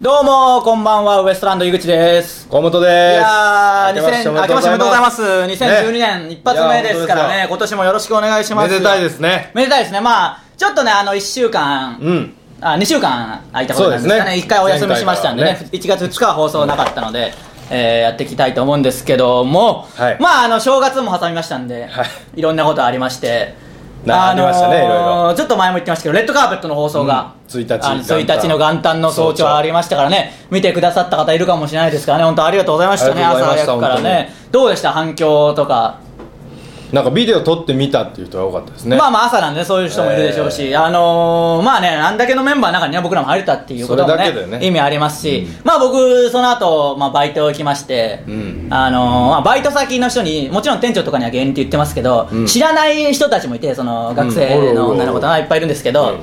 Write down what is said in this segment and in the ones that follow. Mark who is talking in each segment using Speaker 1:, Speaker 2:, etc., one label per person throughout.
Speaker 1: どうも、こんばんは、ウエストランド井口です。
Speaker 2: 河本
Speaker 1: い
Speaker 2: です。
Speaker 1: やー、
Speaker 2: 明けまして
Speaker 1: 2000明けましておめでとうございます。2012年一発目ですから
Speaker 2: い
Speaker 1: ね
Speaker 2: や、
Speaker 1: 今年もよろしくお願いします。
Speaker 2: めでたいですね。
Speaker 1: めでたいですね。まあ、ちょっとね、あの、1週間、
Speaker 2: うん。
Speaker 1: あ、2週間空いたことなんです
Speaker 2: そ
Speaker 1: か
Speaker 2: うです
Speaker 1: ね。
Speaker 2: ね
Speaker 1: 一回お休みしましたんでね
Speaker 2: 前回から、
Speaker 1: 1月2日は放送なかったので、えーやっていきたいと思うんですけども、
Speaker 2: はい
Speaker 1: まあ、あの、正月も挟みましたんで、、
Speaker 2: はい
Speaker 1: ろんなことありまして、
Speaker 2: なありましたねいろ
Speaker 1: ちょっと前も言ってましたけど、レッドカーペットの放送が、
Speaker 2: うん1日
Speaker 1: あの
Speaker 2: 元旦
Speaker 1: 1日の元旦の早
Speaker 2: 早
Speaker 1: 朝
Speaker 2: 朝
Speaker 1: ありましたからね、見てくださった方いるかもしれないですからね、本当ありがとうございましたね、
Speaker 2: あり
Speaker 1: 朝
Speaker 2: がとうございま
Speaker 1: 早
Speaker 2: した
Speaker 1: くからね。どうでした反響とか。
Speaker 2: なんかビデオ撮ってみたっていう人が多かったですね。
Speaker 1: まあまあ朝なんでそういう人もいるでしょうし、あのーまあね、あんだけのメンバーの中にね、僕らも入れたっていうことも
Speaker 2: それ
Speaker 1: ね
Speaker 2: だけだよね
Speaker 1: 意味ありますし、まあ僕、その後、まあバイト行きまして、
Speaker 2: うん
Speaker 1: あのーまあバイト先の人に、もちろん店長とかには芸人って言ってますけど、
Speaker 2: ん
Speaker 1: 知らない人たちもいて、その学生の女の子と
Speaker 2: うんおるおるお
Speaker 1: か
Speaker 2: る
Speaker 1: いっぱいいるんですけど、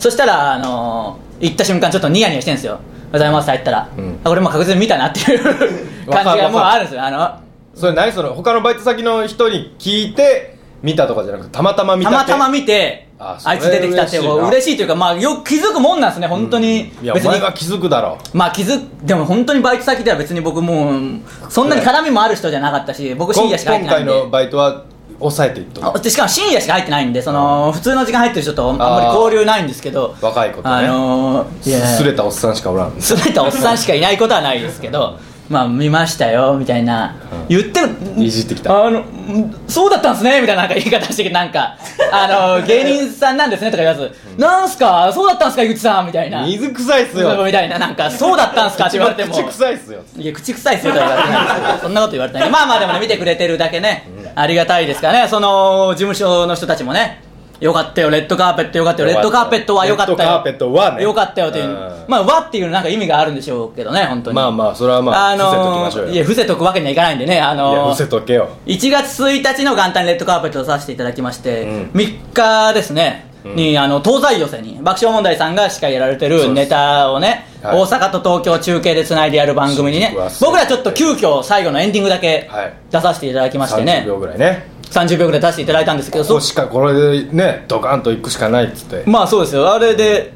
Speaker 1: そしたら、あのー行った瞬間ちょっとニヤニヤしてるんですよ。おはようございます入ったら、
Speaker 2: うん
Speaker 1: あこれもう確実に見たなっていう
Speaker 2: わ
Speaker 1: 感
Speaker 2: か
Speaker 1: じ
Speaker 2: る
Speaker 1: がもう
Speaker 2: わか
Speaker 1: あ
Speaker 2: る
Speaker 1: るんですよ。あの
Speaker 2: それ何その他のバイト先の人に聞いて見たとかじゃなくてたまたま見
Speaker 1: た
Speaker 2: た。
Speaker 1: またま見てあ
Speaker 2: あそれ
Speaker 1: いつ出てきたって
Speaker 2: 嬉しいな
Speaker 1: 嬉しいというかまあよく気づくもんなんですね本当に、
Speaker 2: いやお
Speaker 1: 別
Speaker 2: 前
Speaker 1: に
Speaker 2: が気づくだろう。
Speaker 1: まあ気づでも本当にバイト先では別に僕もうそんなに絡みもある人じゃなかったし僕深夜しか入っ
Speaker 2: 今
Speaker 1: てない
Speaker 2: 回
Speaker 1: んで
Speaker 2: のバイトは抑えていった
Speaker 1: あでしかも深夜しか入ってないんでその普通の時間入ってる人とあんまり交流ないんですけど
Speaker 2: 若い子とね
Speaker 1: あのーいや
Speaker 2: すれたおっさんしかおらん。
Speaker 1: すれたおっさんしかいないことはないですけどまあ見ましたよみたいな、言ってる
Speaker 2: いじってきた
Speaker 1: あのうんそうだったんですねみたいななんか言い方してきてなんかあの芸人さんなんですねとか言わず、なんすかそうだったんすか井口さんみたいな
Speaker 2: 水臭いっすよ。
Speaker 1: みたいななんかそうだったんすかって言われても
Speaker 2: 口臭いっすよ。
Speaker 1: いや口臭いっすよとは言われてないですけどそんなこと言われてないまあまあでもね見てくれてるだけね、ありがたいですからねその事務所の人たちもねよかったよレッドカーペットよかったよレッドカーペットはよかったよ
Speaker 2: レッドカーペットはね
Speaker 1: よかったよという、
Speaker 2: うん
Speaker 1: まあ和っていうのなんか意味があるんでしょうけどね本当に
Speaker 2: まあまあそれはまあ
Speaker 1: あのー
Speaker 2: 伏せときましょうよ
Speaker 1: いや伏せとくわけにはいかないんでねあ
Speaker 2: いや
Speaker 1: の
Speaker 2: 伏せ
Speaker 1: ー
Speaker 2: とけよ。
Speaker 1: 1月1日の元旦レッドカーペットをさせていただきまして、
Speaker 2: うん
Speaker 1: 3日ですね、にあの東西予選に爆笑問題さんが司会やられて
Speaker 2: そ
Speaker 1: る
Speaker 2: うです
Speaker 1: ネタをね、
Speaker 2: はい
Speaker 1: 大阪と東京中継でつないでやる番組にね
Speaker 2: うわすごい
Speaker 1: 僕らちょっと急遽最後のエンディングだけ
Speaker 2: はい
Speaker 1: 出させていただきましてね
Speaker 2: 30秒ぐらいね。
Speaker 1: 30秒ぐらい出していただいたんですけど
Speaker 2: そ
Speaker 1: そう
Speaker 2: しかこれでねドカンと行くしかないっつって。
Speaker 1: まあそうですよあれで、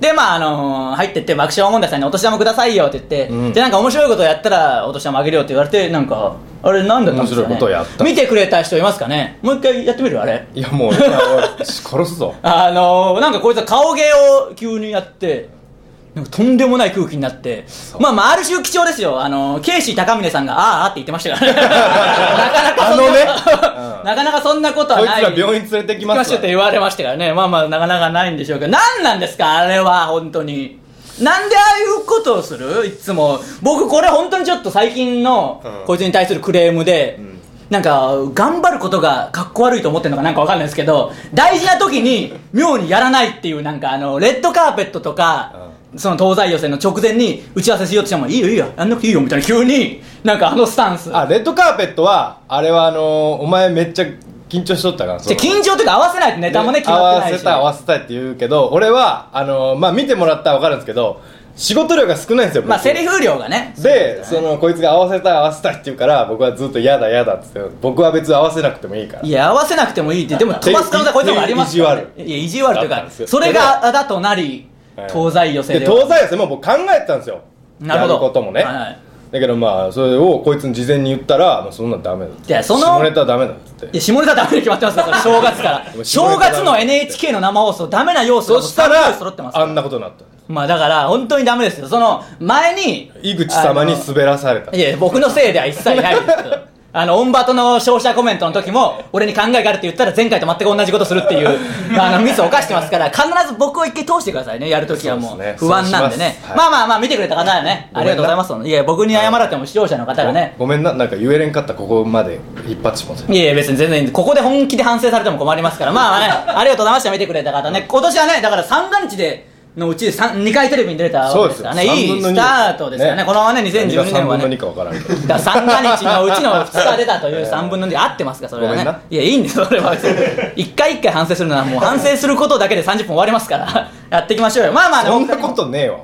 Speaker 1: でまああのー入ってって爆笑問題さんにお年玉くださいよって言って、
Speaker 2: うん
Speaker 1: でなんか面白いことやったらお年玉あげるよって言われてなんかあれなんだったんですかね
Speaker 2: 面白いことやった
Speaker 1: 見てくれた人いますかねもう一回やってみるあれ
Speaker 2: いやもういやおい殺 すぞ。
Speaker 1: あのーなんかこいつは顔芸を急にやってなんかとんでもない空気になってまあまあある種貴重ですよあのーケイシー高峰さんがあーあーって言ってましたから なかなかそんな
Speaker 2: あのねう ん
Speaker 1: なかなかそんなことは
Speaker 2: こいつ
Speaker 1: ない
Speaker 2: ら病院連れてき
Speaker 1: 行き
Speaker 2: ます
Speaker 1: ま
Speaker 2: わ
Speaker 1: しょうって言われましたからねまあまあなかなかないんでしょうけど何なんですかあれは本当になんでああいうことをするいつも僕これ本当にちょっと最近の
Speaker 2: うん
Speaker 1: こいつに対するクレームで、なんか頑張ることがかっこ悪いと思ってるのかなんかわかんないですけど大事な時に妙にやらないっていうなんかあのレッドカーペットとか、その東西予選の直前に打ち合わせしようとしてもいいよいいよやんなくていいよみたいな急になんかあのスタンス
Speaker 2: あレッドカーペットはあれはあのーお前めっちゃ緊張しとったからそ
Speaker 1: じゃ
Speaker 2: の
Speaker 1: あ緊張というか合わせないとネタもね決まってないし
Speaker 2: 合わせたい合わせたいって言うけど俺はあのーまあ見てもらったら分かるんですけど仕事量が少ないんですよ僕
Speaker 1: まあセリフ量がね
Speaker 2: でそのこいつが合わせたい合わせたいって言うから僕はずっと嫌だ嫌だっつって僕は別に合わせなくてもいいから
Speaker 1: いや合わせなくてもいいってでも飛ばす可能性はこいつの方がありますから、ね、
Speaker 2: っていう
Speaker 1: いや意地悪という
Speaker 2: だった
Speaker 1: か
Speaker 2: んですよ
Speaker 1: それがあだとなり
Speaker 2: はい
Speaker 1: 東西予選
Speaker 2: で
Speaker 1: で
Speaker 2: 東西ですもう僕考えてたんですよ
Speaker 1: なるほど
Speaker 2: やることもね、
Speaker 1: はいはい
Speaker 2: だけどまあそれをこいつに事前に言ったらもうそんなんダメだ
Speaker 1: いやその
Speaker 2: 下ネタダメだっつって
Speaker 1: いや下ネタダメに決まってますからそれ正月か
Speaker 2: も
Speaker 1: ら
Speaker 2: う下
Speaker 1: 正
Speaker 2: ネタダメ
Speaker 1: 月の NHK の生放送ダメな要素が
Speaker 2: そ
Speaker 1: もう
Speaker 2: した
Speaker 1: 三
Speaker 2: ら
Speaker 1: 要素揃ってますか
Speaker 2: あ
Speaker 1: ら
Speaker 2: んなことになった
Speaker 1: まあだから本当にダメですよその前に
Speaker 2: 井口様に
Speaker 1: あの
Speaker 2: 滑らされた
Speaker 1: いや僕のせいでは一切ない ですけどあのオンバトの勝者コメントの時も俺に考えがあるって言ったら前回と全く同じことするっていう あのミスを犯してますから必ず僕を一回通してくださいねやるときはも
Speaker 2: そう
Speaker 1: う
Speaker 2: ですね
Speaker 1: 不安なんでね
Speaker 2: そ
Speaker 1: ま
Speaker 2: うしますはい
Speaker 1: あまあまあ見てくれた方はねあ
Speaker 2: ご
Speaker 1: り
Speaker 2: め
Speaker 1: が
Speaker 2: ん
Speaker 1: と
Speaker 2: な
Speaker 1: うございますいや僕に謝られても視聴者の方がね
Speaker 2: ごごめんななんか言えれんかったここまで引っ張っちまって
Speaker 1: いやいや別に全然いいんでここで本気で反省されても困りますからまあまあ ねありがとうございました見てくれた方ね今年はねだから三が日でのうち2回テレビに出れたわけですからね
Speaker 2: そうですよ
Speaker 1: いいスタートですからね
Speaker 2: ね
Speaker 1: このままね
Speaker 2: 何が
Speaker 1: 2012年は
Speaker 2: 3分の
Speaker 1: ね
Speaker 2: 2か分からんけど
Speaker 1: だから三が日のうちの2日出たという3分の2合ってますかそれはね
Speaker 2: ごめんない
Speaker 1: やいいんですそれは別 に一回一回反省するのはもう反省することだけで30分終わりますから やっていきましょうよまあまあね
Speaker 2: そんなことねえわ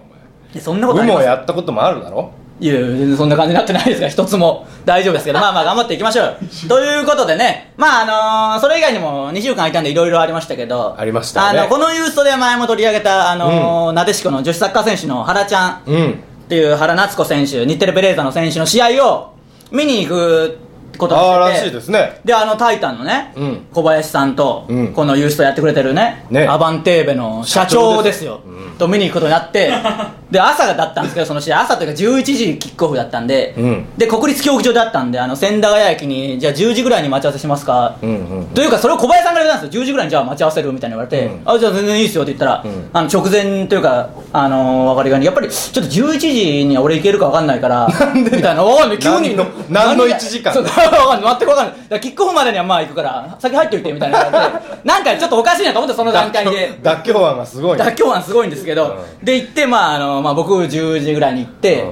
Speaker 1: いやそんな
Speaker 2: お
Speaker 1: ことあ
Speaker 2: 前
Speaker 1: り
Speaker 2: 有無
Speaker 1: ま
Speaker 2: を
Speaker 1: す
Speaker 2: やったこともあるだろ
Speaker 1: いやいや全然そんな感じになってないですから一つも大丈夫で すけどまあまあ頑張っていきましょうよということでねまああのーそれ以外にも2週間空いたんでいろいろありましたけど
Speaker 2: ありましたね
Speaker 1: あのこのユーストで前も取り上げたあのーなでしこの女子サッカー選手の原ちゃん
Speaker 2: うん
Speaker 1: っていう原夏子選手日テレベレーザの選手の試合を見に行くことにしてて
Speaker 2: ああらしいですね
Speaker 1: であのタイタンのね、
Speaker 2: うん
Speaker 1: 小林さんと、
Speaker 2: うん
Speaker 1: このユーストやってくれてるね
Speaker 2: ね
Speaker 1: アバンテーベの社長ですよと見に行くことになって で朝だったんですけどその試合朝というか11時キックオフだったんで、
Speaker 2: うん
Speaker 1: で国立競技場だったんであの千駄ヶ谷駅にじゃあ10時ぐらいに待ち合わせしますか、
Speaker 2: うんうん
Speaker 1: というかそれを小林さんから言ったんですよ10時ぐらいにじゃあ待ち合わせるみたいに言われて、
Speaker 2: うん
Speaker 1: あじゃあ全然いいですよって言ったら、
Speaker 2: ん
Speaker 1: あの直前というかあのー、分かりがにやっぱりちょっと11時には俺行けるか分かんない からみたいなわかんない急に
Speaker 2: 何の何の一時間
Speaker 1: そうわかんない全く分かんないだからキックオフまでにはまあ行くから先入っといてみたいな感じで なんかちょっとおかしいなと思ってその段階で
Speaker 2: 妥協案がすごいね
Speaker 1: 妥協案すごいんですけど、
Speaker 2: う
Speaker 1: で行って、まああのまあ、僕10時ぐらいに行って、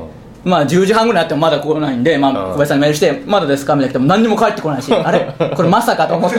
Speaker 1: まあ、10時半ぐらいになってもまだ来ないんで、まあ、
Speaker 2: うん
Speaker 1: 小林さんにメールして「まだですか?」みたいな来ても何にも返ってこ ないしあれこれまさかと思って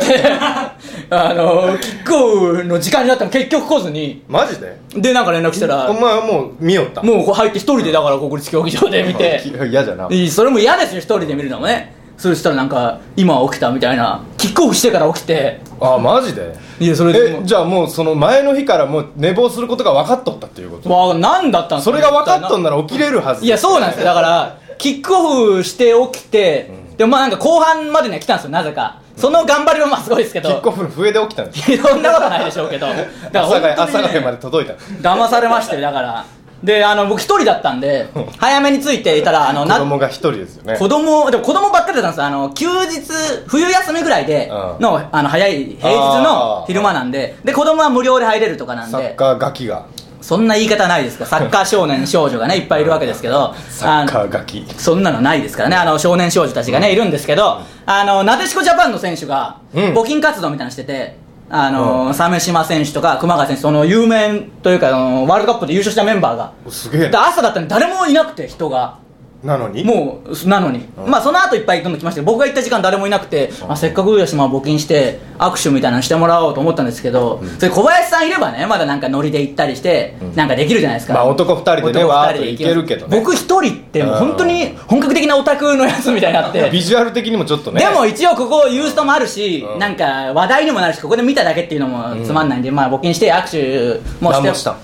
Speaker 1: あのキックオフの時間になっても結局来ずに
Speaker 2: マジで
Speaker 1: でなんか連絡したら
Speaker 2: お前はもう見よった
Speaker 1: もうこう入って一人でだから国立競技場で見て
Speaker 2: 嫌じゃない
Speaker 1: いそれも嫌ですよ一人で見るのもねそしたらなんか今起きたみたいなキックオフしてから起きて
Speaker 2: あマジで
Speaker 1: いやそれでも
Speaker 2: えじゃあもうその前の日からもう寝坊することが分かっとったっていうこと
Speaker 1: わあ何だったんです
Speaker 2: そ
Speaker 1: か
Speaker 2: れが分かっとんなら起きれるはず
Speaker 1: いや、そうなんですよ。だから、キックオフして起きて、でもまあなんか後半までには来たんですよ、なぜか。その頑張りもまあすごいですけ
Speaker 2: キッ
Speaker 1: ど
Speaker 2: ク、オフの笛で起きたんです
Speaker 1: いろんなことはないでしょうけど、だから
Speaker 2: 朝
Speaker 1: 本当
Speaker 2: が
Speaker 1: に、ね、
Speaker 2: 朝がまで届いた
Speaker 1: 騙されましたよ、だから。で、あの、僕一人だったんで、早めに着いていたら、あの、
Speaker 2: 子
Speaker 1: な
Speaker 2: 供が一人ですよね
Speaker 1: 子供でも子供ばっかりだったんですよあの休日冬休みぐらいで
Speaker 2: うん
Speaker 1: の,、あの早い平日の昼間なんでで子供は無料で入れるとかなん
Speaker 2: サッ
Speaker 1: で
Speaker 2: カーガキが
Speaker 1: そんな言い方ないですかサッカー少年少女がねいっぱいいるわけですけど
Speaker 2: サッカーガキ
Speaker 1: そんなのないですからね、あの少年少女たちがね、いるんですけど、あのなでしこジャパンの選手が、
Speaker 2: うん
Speaker 1: 募金活動みたいなのしてて、あの鮫島選手とか熊谷選手、その有名というか、あのワールドカップで優勝したメンバーが、
Speaker 2: すげえ
Speaker 1: で朝だったんで、誰もいなくて、人が。
Speaker 2: なのに
Speaker 1: もうすなのに、
Speaker 2: うん
Speaker 1: まあその後いっぱいどんどん来ましたけど僕が行った時間誰もいなくて、
Speaker 2: うん
Speaker 1: まあ、せっかくだしまあ募金して握手みたいなのしてもらおうと思ったんですけど、それ小林さんいればねまだなんかノリで行ったりして、なんかできるじゃないですか
Speaker 2: まあ男二人でね
Speaker 1: 男
Speaker 2: わーっ
Speaker 1: 二
Speaker 2: と
Speaker 1: で
Speaker 2: 行けるけどね
Speaker 1: 僕一人ってもう本当に本格的なオタクのやつみたいになって
Speaker 2: ビジュアル的にもちょっとね
Speaker 1: でも一応ここユーストもあるし、
Speaker 2: うん
Speaker 1: なんか話題にもなるしここで見ただけっていうのもつまんないんで、まあ募金して握手もし
Speaker 2: 何
Speaker 1: て
Speaker 2: もした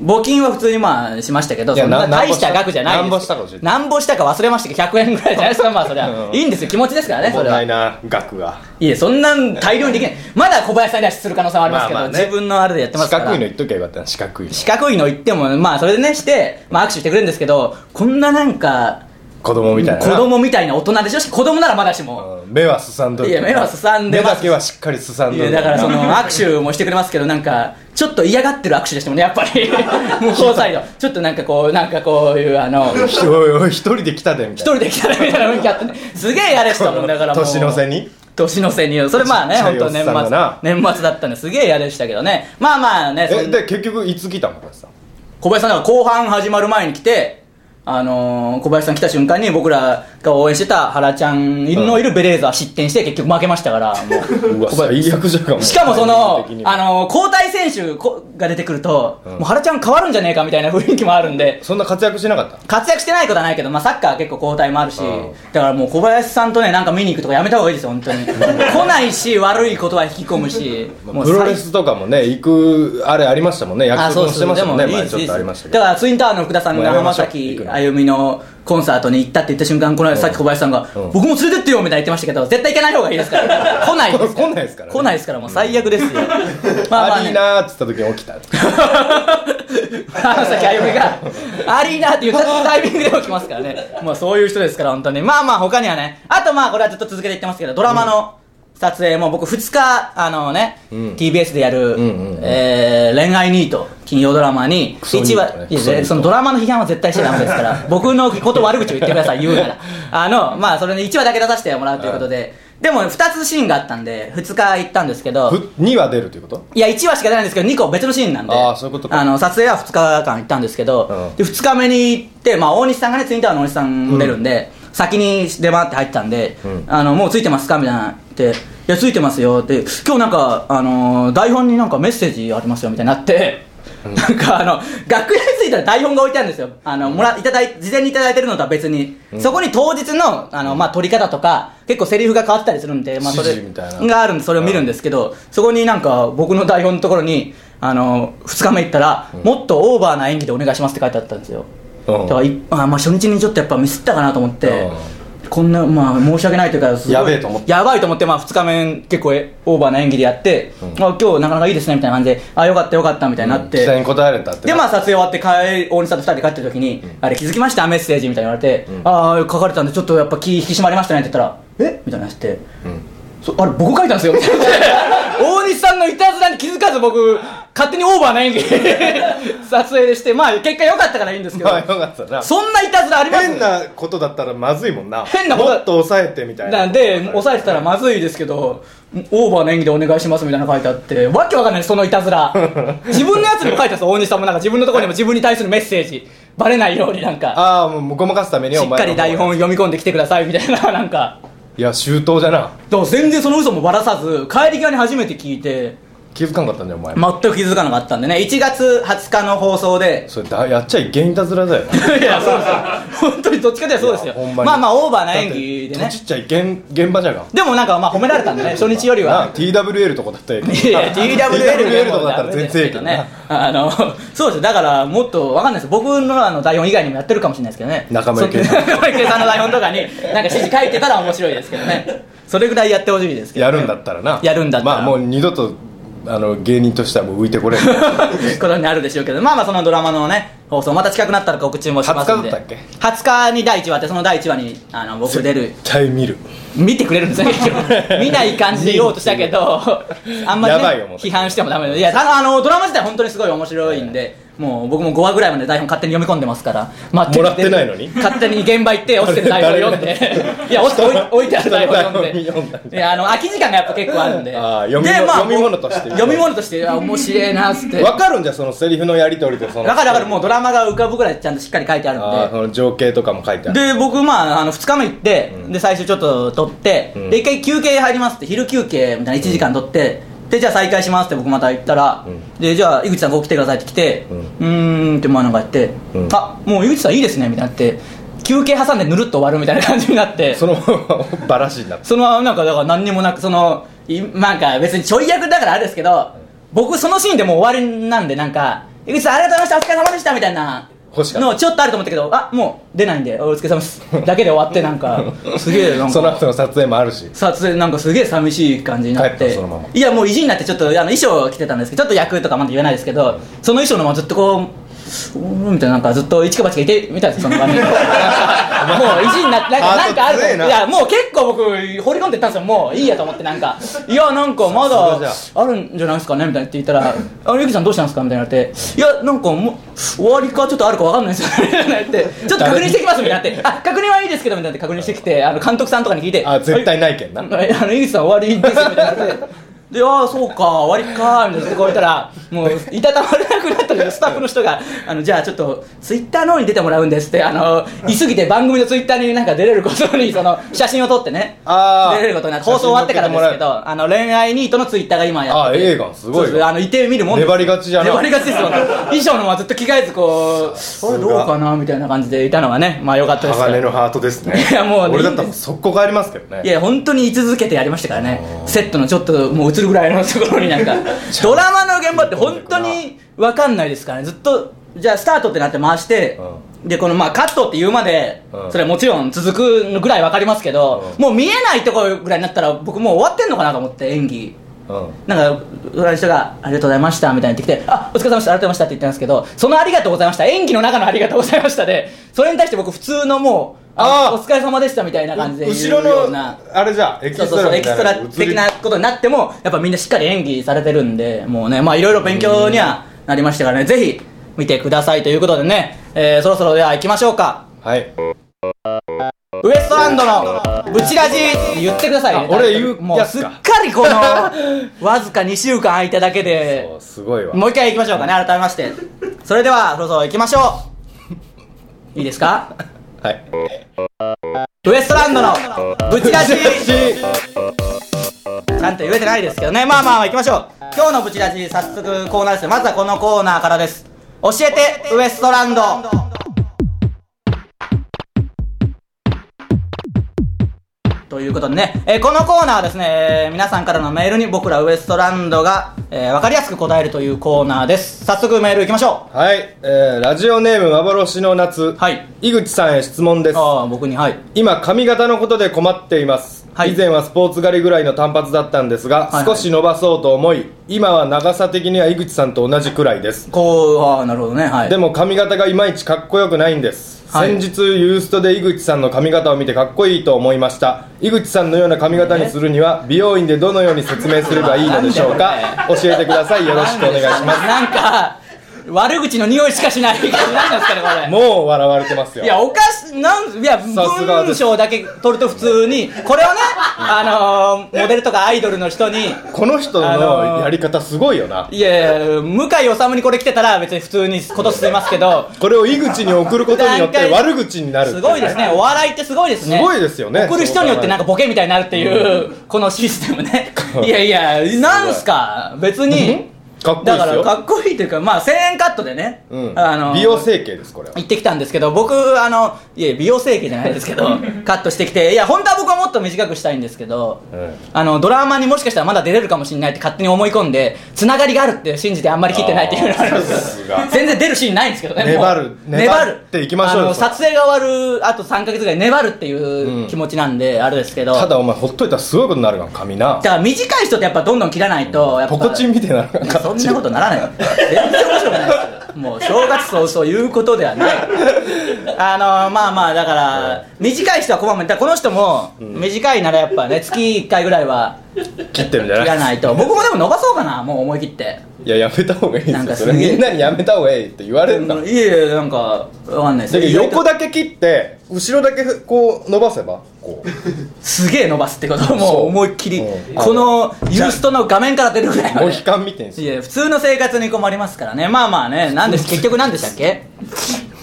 Speaker 1: 募金は普通にまあしましたけど
Speaker 2: いや
Speaker 1: そんな
Speaker 2: な
Speaker 1: 大した額じゃないです
Speaker 2: なんぼしたか教えて
Speaker 1: なんぼしたか忘れましたけど100円ぐらいじゃないですかまあそれ
Speaker 2: う
Speaker 1: は
Speaker 2: ん
Speaker 1: いいんですよ気持ちですからねそ
Speaker 2: 問
Speaker 1: れは
Speaker 2: 題
Speaker 1: い
Speaker 2: な額が
Speaker 1: えそんなん大量にできないまだ小林さんにはする可能性はありますけど、
Speaker 2: まあまあね
Speaker 1: 自分のあれでやってま
Speaker 2: 四
Speaker 1: すから
Speaker 2: 角いの言っときゃよかったな四角いの
Speaker 1: 四角いの言ってもまあそれでねして、まあ、握手してくれるんですけどこんななんか
Speaker 2: 子供みたいな
Speaker 1: 子供みたいな大人でしょし子供ならまだしも、
Speaker 2: うん目はすさんどる
Speaker 1: いや目はすさんで
Speaker 2: 目
Speaker 1: ます
Speaker 2: だけはしっかりすさん
Speaker 1: い
Speaker 2: ど
Speaker 1: や
Speaker 2: る
Speaker 1: だからその握手もしてくれますけどなんかちょっと嫌がってる握手でしたもんねやっぱ りもう交際度ちょっとなんかこうなんかこういうあの一
Speaker 2: おいおい一人で来たでみた
Speaker 1: 人
Speaker 2: いな
Speaker 1: で来たらみたいな雰囲気あってねすげえ嫌でしたもんだからもう
Speaker 2: 年の瀬に
Speaker 1: 年の瀬にそれまあね
Speaker 2: ちっちゃ
Speaker 1: 本
Speaker 2: い
Speaker 1: 当
Speaker 2: おっ
Speaker 1: 年
Speaker 2: さんがな
Speaker 1: 末年末だったんですげえ嫌でしたけどねまあまあねそ
Speaker 2: え
Speaker 1: ん
Speaker 2: で結局いつ来たのかさ
Speaker 1: 小林さんが後半始まる前に来てあのー、小林さん来た瞬間に僕らが応援してた原ちゃんのいるベレーザー失点して結局負けましたからもう
Speaker 2: うわ
Speaker 1: 小林
Speaker 2: 最悪じゃんかも
Speaker 1: しかもその
Speaker 2: タイミング的に、も
Speaker 1: あの、交代選手こが出てくると、
Speaker 2: ん
Speaker 1: もう原ちゃん変わるんじゃねえかみたいな雰囲気もあるんで、
Speaker 2: そんな活躍しなかった
Speaker 1: 活躍してないことはないけど、まあ、サッカーは結構交代もあるし、
Speaker 2: うん
Speaker 1: だからもう小林さんとね、なんか見に行くとかやめた方がいいですよ、本当 に。来ないし、悪いことは引き込むし、もう
Speaker 2: プロレスとかもね行くあれありましたもんね約
Speaker 1: あ
Speaker 2: 束
Speaker 1: そ
Speaker 2: も
Speaker 1: う
Speaker 2: し
Speaker 1: そ
Speaker 2: て
Speaker 1: う
Speaker 2: まし
Speaker 1: でもいいで
Speaker 2: たもんね前ち
Speaker 1: す
Speaker 2: ょ
Speaker 1: い
Speaker 2: っ
Speaker 1: いで
Speaker 2: とありまし
Speaker 1: す
Speaker 2: た
Speaker 1: だ
Speaker 2: けど
Speaker 1: からツインタワーの福田さん
Speaker 2: もう
Speaker 1: が
Speaker 2: やめ
Speaker 1: 浜
Speaker 2: ましょう
Speaker 1: 崎
Speaker 2: 行くの
Speaker 1: あゆみのコンサートに行ったって言った瞬間この間さっき小林さんが、
Speaker 2: うん
Speaker 1: 僕も連れてってよみたいな言ってましたけど絶対行かない方がいいですから来ないです
Speaker 2: 来ないですからね
Speaker 1: 来ないですからもう最悪です よまあまあ
Speaker 2: アリー
Speaker 1: ね
Speaker 2: ナーっつった時に起きた
Speaker 1: 浜崎あゆみがアリーナっていうタイミングで起きますからねまあそういう人ですから本当にまあまあ他にはねあとまあこれはずっと続けていってますけどドラマの撮影も僕2日あのね、
Speaker 2: うん
Speaker 1: TBS でやる、
Speaker 2: んうんうん
Speaker 1: えー恋愛ニート金曜ドラマに
Speaker 2: クソニートね
Speaker 1: 話いや
Speaker 2: クソニート
Speaker 1: そのドラマの批判は絶対しちゃダメですから 僕のこと悪口を言ってください言うならあのまあそれに1話だけ出させてもらうということで、でも2つシーンがあったんで2日行ったんですけど
Speaker 2: 2は出るということ
Speaker 1: いや、1話しか出ないんですけど、2個別のシーンなんで。
Speaker 2: あーそういうことか
Speaker 1: あの、撮影は2日間行ったんですけど、
Speaker 2: うん
Speaker 1: で、2日目に行って、まあ、大西さんがね、ツインタワーの大西さんも出るんで、先に出回って入ってたんで、
Speaker 2: ん
Speaker 1: あの、もうついてますかみたいなって、いや、ついてますよって、今日なんか、あのー台本になんかメッセージありますよ、みたいになって、なんかあの、楽屋に着いたら台本が置いてあるんですよ。あの、もら、いただい、事前にいただいてるのとは別に。そこに当日の、あの、まあ、撮り方とか、結構セリフが変わってたりするんで、まあ、それ
Speaker 2: 指示みたいな
Speaker 1: があるんで、それを見るんですけど、そこになんか、僕の台本のところに、あの、2日目行ったら、もっとオーバーな演技でお願いしますって書いてあったんですよ。
Speaker 2: うん
Speaker 1: だからいあまあ、初日にちょっとやっぱミスったかなと思って、こんな、まあ、申し訳ないというかすごい
Speaker 2: やべえと思って
Speaker 1: やばいと思って、まあ、2日目結構えオーバーな演技でやって、あ今日なかなかいいですねみたいな感じであよかったよかったみたいになっ
Speaker 2: 期
Speaker 1: て、
Speaker 2: 待に応えるんだって
Speaker 1: でまあ撮影終わって帰大西さんと2人で帰った時に、あれ気づきましたメッセージみたいに言われて、ああ書かれたんでちょっとやっぱ気引き締まりましたねって言ったらえみたいな話して、そあれ僕書いたんですよ みたいな大西さんのいたずらに気づかず僕勝手にオーバーな演技 撮影でしてまあ結果良かったからいいんですけど、
Speaker 2: まあよかったな
Speaker 1: そんないたずらあります
Speaker 2: 変なことだったらまずいもんな
Speaker 1: 変なこと
Speaker 2: もっと抑えてみたいな
Speaker 1: なんで抑えてたらまずいですけどオーバーの演技でお願いしますみたいなの書いてあってわけわかんないそのいたず ら自分のやつにも書いてあったんですよ大西さんもなんか自分のところにも自分に対するメッセージバレないようになんか
Speaker 2: ああもうごまかすために
Speaker 1: し
Speaker 2: お
Speaker 1: っか
Speaker 2: 前
Speaker 1: り
Speaker 2: の
Speaker 1: 台
Speaker 2: 方が
Speaker 1: 本読み込んできてくださいみたいななんか
Speaker 2: いや周到じゃな
Speaker 1: でも全然その嘘もばらさず帰り際に初めて聞いて
Speaker 2: 気づかんかったんだよお前、
Speaker 1: 全く気づかなかったんでね1月20日の放送で
Speaker 2: それだやっちゃいけんいたずらだよな い
Speaker 1: やそうですよ本当にどっちかというとそうですよ
Speaker 2: いやほん
Speaker 1: ま
Speaker 2: ま
Speaker 1: あ
Speaker 2: に
Speaker 1: まあオーバーな演技で
Speaker 2: だっ
Speaker 1: ね
Speaker 2: て閉じっちゃいけん現場じゃが
Speaker 1: でもなんかまあ褒められたんでね初日よりは
Speaker 2: な TWL とかだったらええけ
Speaker 1: い
Speaker 2: ど
Speaker 1: や TWL
Speaker 2: とかだったら全然ええけど
Speaker 1: ね
Speaker 2: な
Speaker 1: あのそうですよだからもっとわかんないです僕のあの台本以外にもやってるかもしれないですけどね
Speaker 2: 中村
Speaker 1: そう
Speaker 2: ゆきえさん
Speaker 1: 中村ゆきえさんの台本とかになんか指示書いてたら面白いですけどねそれぐらいやってほしいですけど
Speaker 2: やるんだったらな
Speaker 1: やるんだったら
Speaker 2: まあもう二度とあの芸人としてはもう浮いてこれ ん
Speaker 1: ことになるでしょうけどまあまあそのドラマのね放送また近くなったら告知もしますんで
Speaker 2: 20日だったっ
Speaker 1: 20日に第1話あってその第1話にあの僕出る
Speaker 2: 絶対見る
Speaker 1: 見てくれるん ですね結局見ない感じで言おうとしたけどあんまり、ね
Speaker 2: やばいよも、う
Speaker 1: 批判してもダメだいやただあのドラマ自体本当にすごい面白いんで、もう僕も5話ぐらいまで台本勝手に読み込んでますから待
Speaker 2: もらってないのに
Speaker 1: 勝手に現場行って落ちてる台本読んでいや落ちて置い置いてある台本読んで
Speaker 2: 人の台本読んだん
Speaker 1: い
Speaker 2: だ
Speaker 1: やあの空き時間がやっぱ結構あるんで
Speaker 2: あー読み
Speaker 1: で
Speaker 2: 読み物として
Speaker 1: 読み物としていや面白いなっつって
Speaker 2: わかるんじゃそのセリフのやり取りでその
Speaker 1: だからだからもうドラマが浮かぶぐらいちゃんとしっかり書いてあるんで
Speaker 2: あーその情景とかも書いてある
Speaker 1: で僕まああの2日目行って、で最初ちょっと撮って、で一回休憩入りますって昼休憩みたいな1時間撮って、でじゃあ再開しますって僕また行ったら、でじゃあ井口さんここ来てくださいって来てうーんってまあなんかやって、
Speaker 2: うん
Speaker 1: あもう井口さんいいですねみたいになって休憩挟んでぬるっと終わるみたいな感じになって
Speaker 2: そのままバラシになった
Speaker 1: そのままなんかだから何にもなくそのいなんか別にちょい役だからあれですけど僕そのシーンでもう終わりなんでなんか「井口さんありがとうございましたお疲れ様でした」みたいな
Speaker 2: 欲しかった
Speaker 1: のちょっとあると思ったけどあもう出ないんでお疲れ様ですだけで終わってなん かすげえなん
Speaker 2: その
Speaker 1: か
Speaker 2: 後の撮影もあるし
Speaker 1: 撮影なんかすげえ寂しい感じになっ
Speaker 2: 帰ってたそのまま
Speaker 1: いやもう意地になってちょっとあの衣装着てたんですけどちょっと役とかまだ言えないですけどその衣装のままずっとこううーんみたいななんかずっと一か八かいてみたいですその場面 もう意地になってなんかなんかある
Speaker 2: ハート強
Speaker 1: と
Speaker 2: え
Speaker 1: 思
Speaker 2: な
Speaker 1: ういやもう結構僕掘り込んでったんですよもういいやと思ってなんかいやなんかま
Speaker 2: さ
Speaker 1: だ
Speaker 2: す
Speaker 1: あるんじゃないですかねみたいな言って言った ら「あのゆきさんどうしたんですか?」みたいになって「いやなんかもう終わりかちょっとあるかわかんないですよね」みたいな言って「ちょっと確認してきます」みたいになって「あ確認はいいですけど」みたいなって確認してきてあの監督さんとかに聞いて「
Speaker 2: あ絶対ないけんな
Speaker 1: え あの井口さん終わりですみたいになって で「ああそうか終わりか」みたいなとこ言ったらもういたたまれなくなったけ どスタッフの人が「あのじゃあちょっとツイッターの方に出てもらうんです」ってあのいすぎて番組のツイッターになんか出れることにその写真を撮ってね
Speaker 2: あー
Speaker 1: 出れることになって放送終わってからですけ
Speaker 2: 写真
Speaker 1: どあの恋愛ニートのツイッターが今やってて
Speaker 2: あー映画すごいわ
Speaker 1: そうですあのいてみるもんです
Speaker 2: 粘り勝ちじゃな
Speaker 1: 粘り勝ち ですよ衣装のままずっと着替えずこうこ
Speaker 2: が
Speaker 1: れどうかなみたいな感じでいたのがねまあ良かったですけ
Speaker 2: 鋼
Speaker 1: ど
Speaker 2: のハートですね
Speaker 1: いやもうね
Speaker 2: 俺だったら速攻帰りますけどね
Speaker 1: いや本当に居続けてやりましたからねセットのちょっともう映るぐらいのところに なんかドラマの現場って本当に分かんないですからねずっとじゃあスタートってなって回して、でこのまあカットって言うまで、
Speaker 2: うん
Speaker 1: それはもちろん続くぐらい分かりますけど、
Speaker 2: うん
Speaker 1: もう見えないところぐらいになったら僕もう終わってんのかなと思って演技
Speaker 2: うん
Speaker 1: なんか裏の人が「ありがとうございました」みたいに言ってきて「あお疲れ様でしたありがとうございました」って言ったんですけどその「ありがとうございました」演技の中の「ありがとうございましたで」それに対して僕普通のもう「あ
Speaker 2: あー
Speaker 1: お疲れ様でした」みたいな感じで言う
Speaker 2: 後
Speaker 1: よ
Speaker 2: ろ
Speaker 1: うな
Speaker 2: のあれじゃエキ
Speaker 1: そう
Speaker 2: ス
Speaker 1: そう
Speaker 2: ト
Speaker 1: そう
Speaker 2: ラ
Speaker 1: エ
Speaker 2: み
Speaker 1: キスト
Speaker 2: た
Speaker 1: ラ
Speaker 2: いな
Speaker 1: 的なことになってもやっぱみんなしっかり演技されてるんでもうねまあいろいろ勉強にはなりましたからねぜひ見てくださいということでね、えーそろそろでは行きましょうか
Speaker 2: はい
Speaker 1: ウエストランドのブチラジ言ってください
Speaker 2: あ俺言う
Speaker 1: もう
Speaker 2: や
Speaker 1: す
Speaker 2: つ
Speaker 1: っ
Speaker 2: か
Speaker 1: かりこの わずか2週間空いただけで
Speaker 2: そうすごいわ
Speaker 1: もう一回行きましょうかね改めましてそれではそろそろ行きましょういいですか
Speaker 2: はい
Speaker 1: ウエストランドのブチラジちゃんと言えてないですけどねまあまあまあ行きましょう今日のブチラジ早速コーナーですまずはこのコーナーからです教えてウエストランドということでね、えーこのコーナーはですね、えー皆さんからのメールに僕らウエストランドが、えーわかりやすく答えるというコーナーです。早速メール行きましょ
Speaker 2: はい、えーラジオネーム幻の夏、
Speaker 1: はい
Speaker 2: 井口さんへ質問で
Speaker 1: う。
Speaker 2: す
Speaker 1: ああ、僕に、はい。
Speaker 2: 今髪型のことで困っています、
Speaker 1: はい
Speaker 2: 以前はスポーツ狩りぐらいの短髪だったんですが、
Speaker 1: いはい
Speaker 2: 少し伸ばそうと思い今は長さ的には井口さんと同じくらいです
Speaker 1: こう、ああ、なるほどね、はい。
Speaker 2: でも髪型がいまいちかっこよくないんで
Speaker 1: は
Speaker 2: す、
Speaker 1: い
Speaker 2: 先日ユーストで井口さんの髪型を見てかっこいいと思いました井口さんのような髪型にするには美容院でどのように説明すればいいのでしょうか教えてくださいよろしくお願いします
Speaker 1: なんか、悪口の匂いしかしない。何なんですかね、これ。
Speaker 2: もう笑われてますよ
Speaker 1: いや、おかし、なん、いや、
Speaker 2: すがで
Speaker 1: 文
Speaker 2: す
Speaker 1: 章だけ取ると普通に、これをね、あのーモデルとかアイドルの人に、
Speaker 2: この人
Speaker 1: あの
Speaker 2: の
Speaker 1: ー
Speaker 2: やり方すごいよない
Speaker 1: やいや、向井治にこれ来てたら別に普通にこと進めますけど、
Speaker 2: これを井口に送ることによって
Speaker 1: 段階
Speaker 2: 悪口になるって
Speaker 1: すごいですね、お笑いってすごいですね。
Speaker 2: すごいですよね
Speaker 1: 送る人によってなんかボケみたいになるっていう、このシステムね。いやいや、なんすか、別に。
Speaker 2: かっこいい
Speaker 1: だ
Speaker 2: で
Speaker 1: か
Speaker 2: す
Speaker 1: ら
Speaker 2: よ
Speaker 1: かっこいいというか、まあ、1000円カットでね、
Speaker 2: うん
Speaker 1: あのー
Speaker 2: 美容整形ですこれは
Speaker 1: 行ってきたんですけど僕あのいや美容整形じゃないです けどカットしてきていや本当は僕はもっと短くしたいんですけど、
Speaker 2: うん
Speaker 1: あのドラマにもしかしたらまだ出れるかもしれないって勝手に思い込んでつながりがあるって信じてあんまり切ってないっていうのがあるん
Speaker 2: あー
Speaker 1: です
Speaker 2: さすが
Speaker 1: 全然出るシーンないんですけどねもう
Speaker 2: 粘る
Speaker 1: 粘る
Speaker 2: 粘っていきましょうよ
Speaker 1: あの
Speaker 2: それは
Speaker 1: 撮影が終わるあと3か月ぐらい粘るっていう気持ちなんで、あれですけど
Speaker 2: ただお前ほっといたらすごいことになるから髪な
Speaker 1: だから短い人ってやっぱどんどん切らないとやっぱ
Speaker 2: ポコチンみたいになるか
Speaker 1: い
Speaker 2: ら
Speaker 1: やそんなことならないよ全然面白くないですよもう正月早々言うことではないあのまあまあだから短い人はこまめにだからこの人も短いならやっぱね月1回ぐらいは
Speaker 2: 切ってるんじゃ
Speaker 1: 切
Speaker 2: な
Speaker 1: ら
Speaker 2: い
Speaker 1: ないと僕もでも伸ばそうかなもう思い切って
Speaker 2: いややめた方がいい
Speaker 1: なん
Speaker 2: で
Speaker 1: か
Speaker 2: す
Speaker 1: す
Speaker 2: よ
Speaker 1: げ
Speaker 2: そ
Speaker 1: え
Speaker 2: れみんなにやめた方がいいって言われるんだだ
Speaker 1: いやいやなんかわかんないです
Speaker 2: けど
Speaker 1: よ
Speaker 2: 横だけ切って後ろだけこう伸ばせばこ う
Speaker 1: すげえ伸ばすってことも
Speaker 2: そう
Speaker 1: う思いっきり
Speaker 2: うん
Speaker 1: このユーストの画面から出るぐらいま
Speaker 2: モ
Speaker 1: で
Speaker 2: ヒカンみたいにす
Speaker 1: い
Speaker 2: る
Speaker 1: や普通の生活に困りますからねまあまあね なんです結局何でしたっけ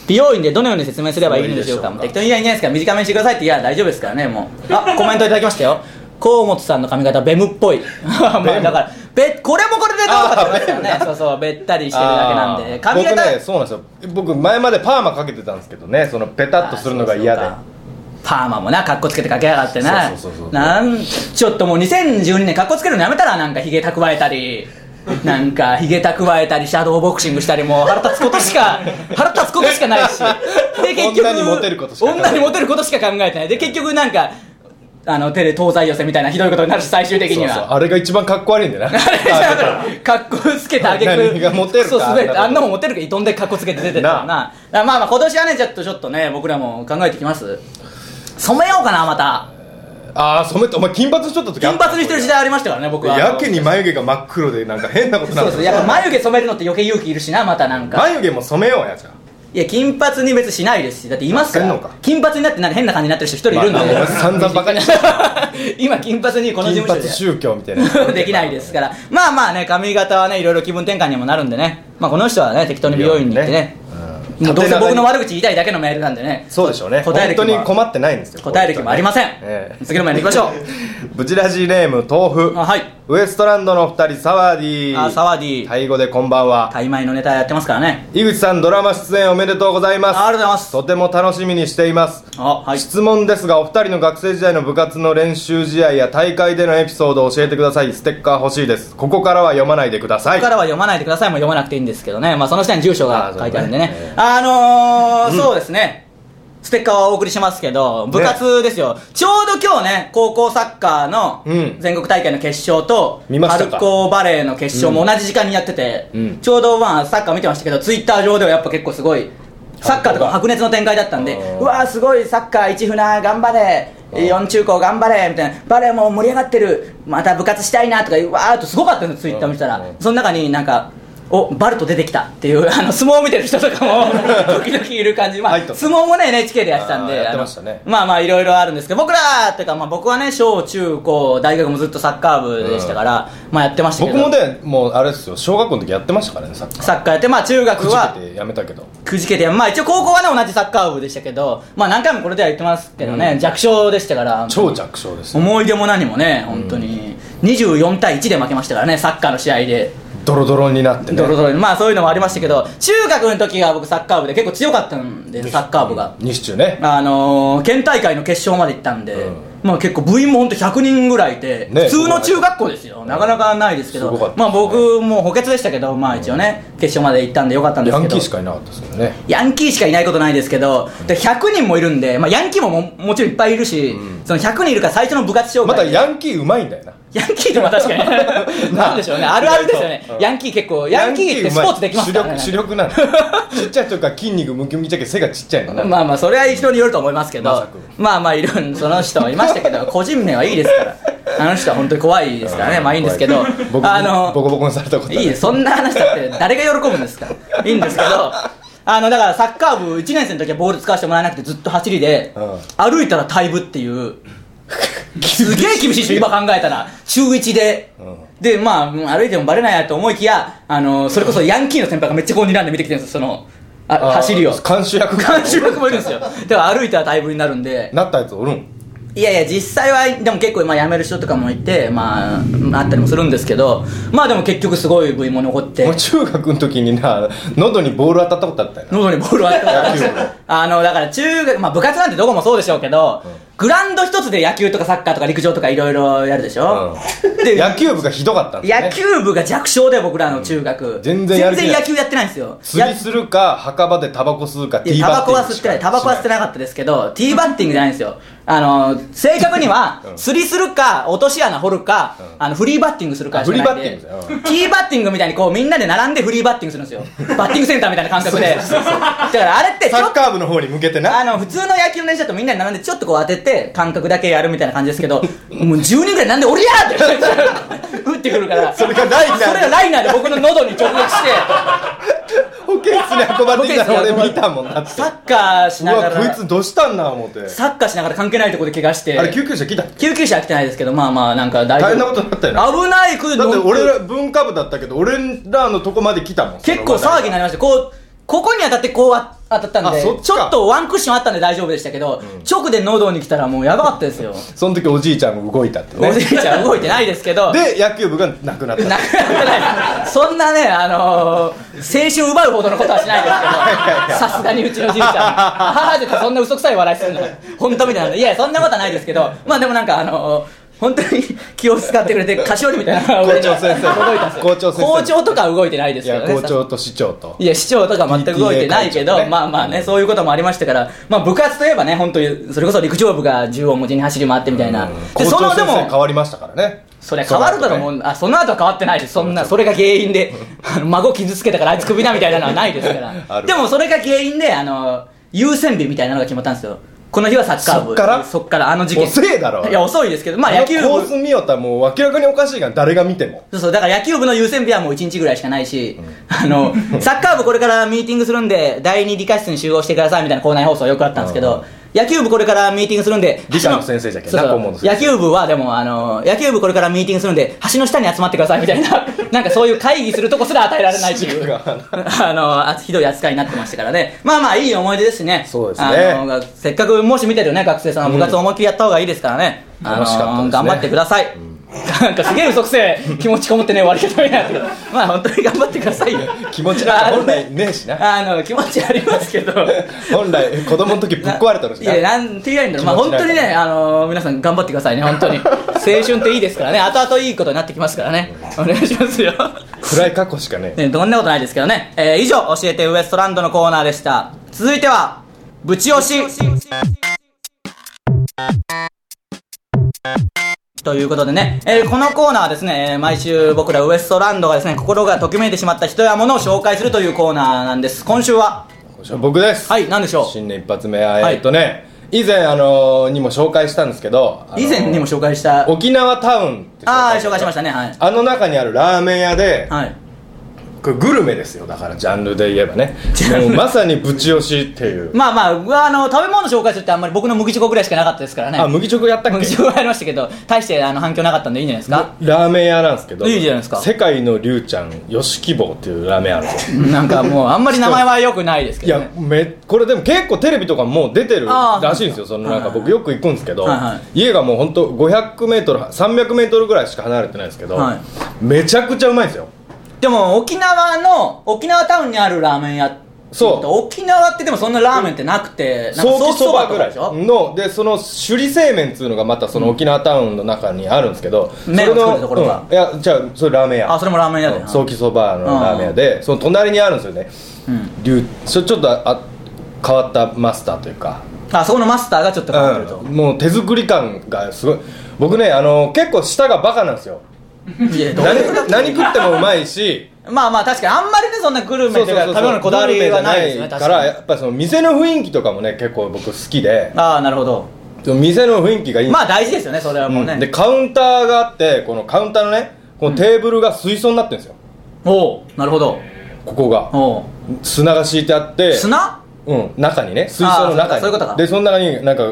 Speaker 1: 美容院でどのように説明すればいいんでしょうかもう適当にいやいいんじゃないですか短めにしてくださいっていや大丈夫ですからねもうあコメントいただきましたよ河本さんの髪型ベムっぽい まあだからべこれもこれでどうかってことですからねそうそうべったりしてるだけなんで
Speaker 2: あー
Speaker 1: 髪型
Speaker 2: 僕ねそうなんですよ僕前までパーマかけてたんですけどねそのペタッとするのが嫌で
Speaker 1: あそうかパーマもなカッコつけてかけやがってな
Speaker 2: そうそうそうそう
Speaker 1: なんちょっともう2012年カッコつけるのやめたらなんかヒゲ蓄えたりなんかヒゲ蓄えたりシャドーボクシングしたりもう腹立つことし か腹立つことしかないしで
Speaker 2: 女にモテることしか考えな
Speaker 1: 女
Speaker 2: い
Speaker 1: にモテることしか考えてないで結局なんかあのテレ東西寄せみたいなひどいことになるし最終的には
Speaker 2: そうそうあれが一番かっこ悪いんだ よな
Speaker 1: 格好つけてあげ
Speaker 2: 何がモテるか
Speaker 1: そうすべてあ
Speaker 2: あ
Speaker 1: ん
Speaker 2: ん
Speaker 1: なも
Speaker 2: なも
Speaker 1: ん
Speaker 2: ん
Speaker 1: モテるか挑んで格好つけて出てたよな
Speaker 2: な
Speaker 1: なまあまあ今年はねちょっとちょっとね僕らも考えてきます染めようかなまた
Speaker 2: ああ染めてお前金髪にしとった時あ
Speaker 1: 金
Speaker 2: った
Speaker 1: 髪にしてる時代ありましたからね僕は
Speaker 2: やけに眉毛が真っ黒でなんか変なことにな
Speaker 1: そう
Speaker 2: る
Speaker 1: そうやっぱ眉毛染めるのって余計勇気いるしなまたなんか
Speaker 2: 眉毛も染めようやじゃあ
Speaker 1: いや金髪に別にしないですしだっていますから
Speaker 2: あせんのか
Speaker 1: 金髪になってなんか変な感じになってる人一人いるんで、
Speaker 2: まあお前散々バカにして
Speaker 1: 今金髪にこの事
Speaker 2: 金
Speaker 1: 務所
Speaker 2: 髪
Speaker 1: で
Speaker 2: 宗教みたい な
Speaker 1: できないですからまあまあね髪型はねいろいろ気分転換にもなるんでねまあこの人はね適当に美容院に行ってね
Speaker 2: うん
Speaker 1: もうどうせ僕の悪口言いたいだけのメールなんでね
Speaker 2: そうでしょうね
Speaker 1: 答える気も
Speaker 2: 本当に困ってないんですよ
Speaker 1: 答える気もありません、
Speaker 2: ええ
Speaker 1: 次のメール行きましょ
Speaker 2: ブチラジネーム豆
Speaker 1: う
Speaker 2: 腐
Speaker 1: あはい
Speaker 2: ウエストランドのお二人サワディ
Speaker 1: あサワディ
Speaker 2: タイ語でこんばんは
Speaker 1: タイ米のネタやってますからね
Speaker 2: 井口さんドラマ出演おめでとうございます
Speaker 1: あありがとうございます
Speaker 2: とても楽しみにしています
Speaker 1: あはい
Speaker 2: 質問ですがお二人の学生時代の部活の練習試合や大会でのエピソードを教えてくださいステッカー欲しいですここからは読まないでくださ
Speaker 1: こ
Speaker 2: い
Speaker 1: こからは読まないでくださいも読まなくていいんですけどね、まあ、その下に住所が書いてあるんでね
Speaker 2: あそうねええ
Speaker 1: あのーそうですねステッカーはお送りしますけど部活ですよ、ちょうど今日ね高校サッカーの
Speaker 2: うん
Speaker 1: 全国大会の決勝と、
Speaker 2: 見ましたか
Speaker 1: 春高バレーの決勝も同じ時間にやってて、
Speaker 2: うん
Speaker 1: ちょうどまあサッカー見てましたけどツイッター上ではやっぱ結構すごいサッカーとかも白熱の展開だったんで
Speaker 2: あー
Speaker 1: うわーすごいサッカー一船頑張れ四中高頑張れみたいなバレーも盛り上がってるまた部活したいなとかうわーっとすごかったんですツイッター見てたら
Speaker 2: うん
Speaker 1: その中になんかおバルト出てきたっていう あの相撲を見てる人とか も時々いる感じ、まあ
Speaker 2: 入っ、とった
Speaker 1: 相撲もね NHK でやってたん
Speaker 2: あー
Speaker 1: で
Speaker 2: やっ
Speaker 1: あ
Speaker 2: て
Speaker 1: の
Speaker 2: ましたね
Speaker 1: まあまあいろいろあるんですけど僕らっていうか、まあ、僕はね小中高大学もずっとサッカー部でしたから、まあやってましたけ
Speaker 2: 僕
Speaker 1: ど
Speaker 2: もねもうあれですよ小学校の時やってましたからねサッカー
Speaker 1: サッカーやってまあ中学は
Speaker 2: くじけてやめたけど
Speaker 1: くじけてまあ一応高校はね同じサッカー部でしたけどまあ何回もこれでは言ってますけどね、
Speaker 2: うん
Speaker 1: 弱小でしたから
Speaker 2: 超弱小ですよ
Speaker 1: 思い出も何もね本当に、24対1で負けましたからねサッカーの試合で
Speaker 2: ドロドロになってね
Speaker 1: ドロドロにまあそういうのもありましたけど中学の時が僕サッカー部で結構強かったんでサッカー部が
Speaker 2: 西中ね
Speaker 1: あのー県大会の決勝まで行ったんで、
Speaker 2: うん
Speaker 1: まあ、結構部員も本当100人ぐらいいて、
Speaker 2: ね
Speaker 1: 普通の中学校ですよ、なかなかないですけど
Speaker 2: すごかったですね
Speaker 1: まあ、僕も補欠でしたけど、まあ、一応ね、決勝まで行ったんでよかったんです
Speaker 2: ヤ
Speaker 1: けど
Speaker 2: ンキーしかいなかったですけどね
Speaker 1: ヤンキーしかいないことないですけど、で100人もいるんで、まあ、ヤンキーもももちろんいっぱいいるし、その100人いるから最初の部活紹
Speaker 2: また
Speaker 1: 介で、
Speaker 2: ヤンキーうまいんだよな
Speaker 1: ヤンキーでも確か になんでしょうねあるあるですよね
Speaker 2: そううん
Speaker 1: ヤンキー結構ヤンキーってスポーツできますからね
Speaker 2: ヤンキーうまい主力主力な のちっちゃい時から筋肉ムキムキだけど背がちっちゃいのな
Speaker 1: まあまあそれは人によると思いますけど
Speaker 2: まさか
Speaker 1: まあまあいるその人はいましたけ ど個人名はいいですからあの人は本当に怖いですからねまあいいんですけど
Speaker 2: 僕
Speaker 1: あの
Speaker 2: ボコボコにされたことある
Speaker 1: いいですそんな話だって誰が喜ぶんですかいいんですけ どあのだからサッカー部1年生の時はボール使わせてもらえなくてずっと走りで、
Speaker 2: うん
Speaker 1: 歩いたら退部っていうすげえ厳しいでしょ今考えたら中1で、
Speaker 2: うん
Speaker 1: でまあうん歩いてもバレないやと思いきやあのそれこそヤンキーの先輩がめっちゃこう睨んで見てきてるんですよそのあ
Speaker 2: あー
Speaker 1: 走りを
Speaker 2: 監修役
Speaker 1: 監修役もいるんですよだから歩いたらだいぶになるんで
Speaker 2: なったやつおるん
Speaker 1: いやいや実際はでも結構今辞める人とかもいてまああったりもするんですけどまあでも結局すごい部員も残って
Speaker 2: もう中学の時にな喉にボール当たったことあったよな
Speaker 1: 喉にボールはあった
Speaker 2: 野球部
Speaker 1: あのだから中学まあ部活なんてどこもそうでしょうけど、グラウンド一つで野球とかサッカーとか陸上とかいろいろやるでしょ、で
Speaker 2: 野球部がひどかったんだね
Speaker 1: 野球部が弱小で僕らの中学、
Speaker 2: 全然やる気ない
Speaker 1: 全然野球やってないんですよ
Speaker 2: 釣りするか墓場でタバコ吸うかティ
Speaker 1: い
Speaker 2: ー
Speaker 1: やタバ
Speaker 2: バッテ
Speaker 1: コ
Speaker 2: ィン
Speaker 1: は
Speaker 2: グ
Speaker 1: 吸
Speaker 2: し
Speaker 1: って
Speaker 2: か
Speaker 1: ないタバコは吸ってなかったですけどティーバッティングじゃないんですよあの正確には
Speaker 2: うん
Speaker 1: 釣りするか落とし穴掘るか、あのフリーバッティングするかしかないんで
Speaker 2: あフリーバッティングだようん
Speaker 1: ティーバッティングみたいにこうみんなで並んでフリーバッティングするんですよバッティングセンターみたいな感覚でだからあれってち
Speaker 2: サ
Speaker 1: ょっ
Speaker 2: ッ
Speaker 1: と
Speaker 2: カー部の方に向けてな
Speaker 1: あの普通の野球の練習だとみんなで並んでちょっとこう当てて感覚だけやるみたいな感じですけどもう10人ぐらいなんで俺やって 打ってくるから
Speaker 2: それがライナーで
Speaker 1: それがライナーで僕の喉に直撃して
Speaker 2: 保健室に運ばれてきたの俺見たもんなって
Speaker 1: サッカーし
Speaker 2: う
Speaker 1: なが
Speaker 2: わこい
Speaker 1: ら
Speaker 2: つどうしたんな思って
Speaker 1: サッカーしながら関係ないとこで怪我して
Speaker 2: あれ救急車来たっけ
Speaker 1: 救急車は来てないですけどまあまあなんか大
Speaker 2: 大変
Speaker 1: 丈
Speaker 2: な
Speaker 1: 夫
Speaker 2: ことになったよな
Speaker 1: 危ないく
Speaker 2: だって俺ら文化部だったけど俺らのとこまで来たもん
Speaker 1: 結構
Speaker 2: その話
Speaker 1: 騒ぎになりましたこうここに当たってこうあ当たったん
Speaker 2: あ
Speaker 1: で
Speaker 2: そっちか
Speaker 1: ちょっとワンクッションあったんで大丈夫でしたけど、直で喉に来たらもうやばかったです よ
Speaker 2: その時おじいちゃんも動いたってね
Speaker 1: お じいちゃん動いてないですけど
Speaker 2: で野球部がなくな
Speaker 1: なくなっ
Speaker 2: った
Speaker 1: てない そんなね、あのー、青春奪うほどのことはしないですけどさすがにうちのじいちゃん母って言ってそんな嘘くさい笑いするの本当みたいなんでいやそんなことはないですけどまあでもなんかあのー本当に気を使ってくれて菓子折りみたいなのが
Speaker 2: 校長先生
Speaker 1: 動いたんですよ
Speaker 2: 校長先生
Speaker 1: 校長とかは動いてないで
Speaker 2: い
Speaker 1: すけど
Speaker 2: や
Speaker 1: ね
Speaker 2: 校長と市長と
Speaker 1: いや市長とか全く動いてないけ
Speaker 2: PTA 会長
Speaker 1: ど、
Speaker 2: ね
Speaker 1: まあまあね、そういうこともありましたから、まあ、部活といえばね本当にそれこそ陸上部が縦横無尽に走り回ってみたいな、
Speaker 2: うん校
Speaker 1: でそ
Speaker 2: 長
Speaker 1: ので
Speaker 2: 先生
Speaker 1: も
Speaker 2: 変わりましたからね
Speaker 1: それ変わるだろも
Speaker 2: う
Speaker 1: うあその後は変わってないですそんなそれが原因で あの孫傷つけたからあいつクビだみたいなのはないですか
Speaker 2: あ
Speaker 1: ら
Speaker 2: る
Speaker 1: でもそれが原因であの優先日みたいなのが決まったんですよこの日はサッカー部
Speaker 2: そっから
Speaker 1: そっからあの事件
Speaker 2: 遅えだろ
Speaker 1: いや遅いですけどまあ
Speaker 2: あ
Speaker 1: 野
Speaker 2: の
Speaker 1: 球
Speaker 2: コー
Speaker 1: 部
Speaker 2: ス見よったらもう明らかにおかしいから誰が見ても
Speaker 1: そうそうだから野球部の優先日はもう1日ぐらいしかないし、あのサッカー部これからミーティングするんで第2理科室に集合してくださいみたいな校内放送よくあったんですけど、野球部これからミーティングするんで
Speaker 2: 理科の先生じゃけん
Speaker 1: そうそう
Speaker 2: な顧問の先生
Speaker 1: 野球部はでもあの野球部これからミーティングするんで橋の下に集まってくださいみたい ななんかそういう会議するとこすら与えられないってい
Speaker 2: 知
Speaker 1: う
Speaker 2: らん
Speaker 1: あのあひどい扱いになってましたからねまあまあいい思い出ですしね
Speaker 2: そうですね
Speaker 1: あのがせっかくもし見てるね学生さんは部活を思いっきりやった方がいいですからね、
Speaker 2: ん
Speaker 1: あの
Speaker 2: 楽しかったですね
Speaker 1: 頑張ってください、なんかすげえ嘘くせえ気持ちこもってね終わり方みたいなけどまあ本当に頑張ってくださいよ
Speaker 2: 気持ちなんか本来ねえしな
Speaker 1: あのあの気持ちありますけど
Speaker 2: 本来子供の時ぶっ壊れたのし
Speaker 1: いや
Speaker 2: な
Speaker 1: なんて言えばいいんだろうまあ
Speaker 2: 気持
Speaker 1: 本
Speaker 2: ちな
Speaker 1: 当
Speaker 2: い
Speaker 1: にねあの皆さん頑張ってくださいね本当 に青春っていいですからね後々いいことになってきますからねお願いしますよ
Speaker 2: 暗い過去しかねえ
Speaker 1: ねどんなことないですけどね、えー以上教えてウエストランドのコーナーでした続いてはぶち押しということでね、えーこのコーナーはですね、えー毎週僕らウエストランドがですね、心がときめいてしまった人や物を紹介するというコーナーなんです。今週は、
Speaker 2: 僕です
Speaker 1: はい、何でしょう
Speaker 2: 新年一発目は
Speaker 1: はい
Speaker 2: えっとね以前あのにも紹介したんですけどあの
Speaker 1: 以前にも紹介した、
Speaker 2: 沖縄タウンって
Speaker 1: ああ、紹介しましたね、はい。
Speaker 2: あの中にあるラーメン屋で
Speaker 1: はい。
Speaker 2: これグルメですよだからジャンルで言えばね
Speaker 1: ジャンル
Speaker 2: もうまさにぶち押しって いう
Speaker 1: まあまあうわ、あの、食べ物紹介するってあんまり僕の麦チョコぐらいしかなかったですからね。
Speaker 2: あ麦チョコやったっ
Speaker 1: 麦
Speaker 2: け
Speaker 1: チョコやりましたけど、大してあの反響なかったんでいいんじゃないですか。
Speaker 2: ラーメン屋なんですけど
Speaker 1: いいじゃないですか
Speaker 2: 世界の龍ちゃん吉希望っていうラーメン屋あるんですよ
Speaker 1: なんかもう、あんまり名前は良くないですけ
Speaker 2: い
Speaker 1: ど
Speaker 2: や
Speaker 1: ね。
Speaker 2: めこれでも結構テレビとかもう出てる
Speaker 1: あー
Speaker 2: らしいんですよそのなんか
Speaker 1: はいはい
Speaker 2: 僕よく行くんですけど
Speaker 1: はいは
Speaker 2: 家がもうほんと 500m300m ぐらいしか離れてないんですけど
Speaker 1: はい
Speaker 2: めちゃくちゃうまいんですよ
Speaker 1: でも、沖縄の、沖縄タウンにあるラーメン屋
Speaker 2: そう
Speaker 1: 沖縄ってでもそんなラーメンってなくてなんか
Speaker 2: ソーキそばぐら
Speaker 1: でしょ
Speaker 2: いのでその首里製麺っていうのがまたその沖縄タウンの中にあるんですけど、
Speaker 1: 麺
Speaker 2: そ
Speaker 1: を
Speaker 2: れ
Speaker 1: 作
Speaker 2: の
Speaker 1: るところが
Speaker 2: うんいやじゃあそれラーメン屋
Speaker 1: あそれもラーメン屋だよ
Speaker 2: ソーキそばのラーメン屋でその隣にあるんですよね、
Speaker 1: うん
Speaker 2: りゅうちょちょっとあ変わったマスターというか、
Speaker 1: あそこのマスターがちょっと変わってると
Speaker 2: うん、もう手作り感がすごい僕ねあの結構舌がバカなんですよ
Speaker 1: いやどう
Speaker 2: 何何食ってもうまいし
Speaker 1: まあまあ確かにあんまり ねそんなグルメというか食べ物のこだわりはないですよね
Speaker 2: グ
Speaker 1: 確
Speaker 2: ルメじゃないから
Speaker 1: かに
Speaker 2: やっぱりその店の雰囲気とかもね結構僕好きで
Speaker 1: ああなるほど
Speaker 2: その店の雰囲気がいいんですよ
Speaker 1: まあ大事ですよねそれはもう
Speaker 2: うんで
Speaker 1: ね
Speaker 2: カウンターがあってこのカウンターのねこのテーブルが水槽になってるんですよ、
Speaker 1: おおなるほど
Speaker 2: ここが
Speaker 1: おう
Speaker 2: 砂が敷いてあって
Speaker 1: 砂
Speaker 2: うん中にね水槽の中
Speaker 1: あー
Speaker 2: に
Speaker 1: そういうことか
Speaker 2: でその中になんか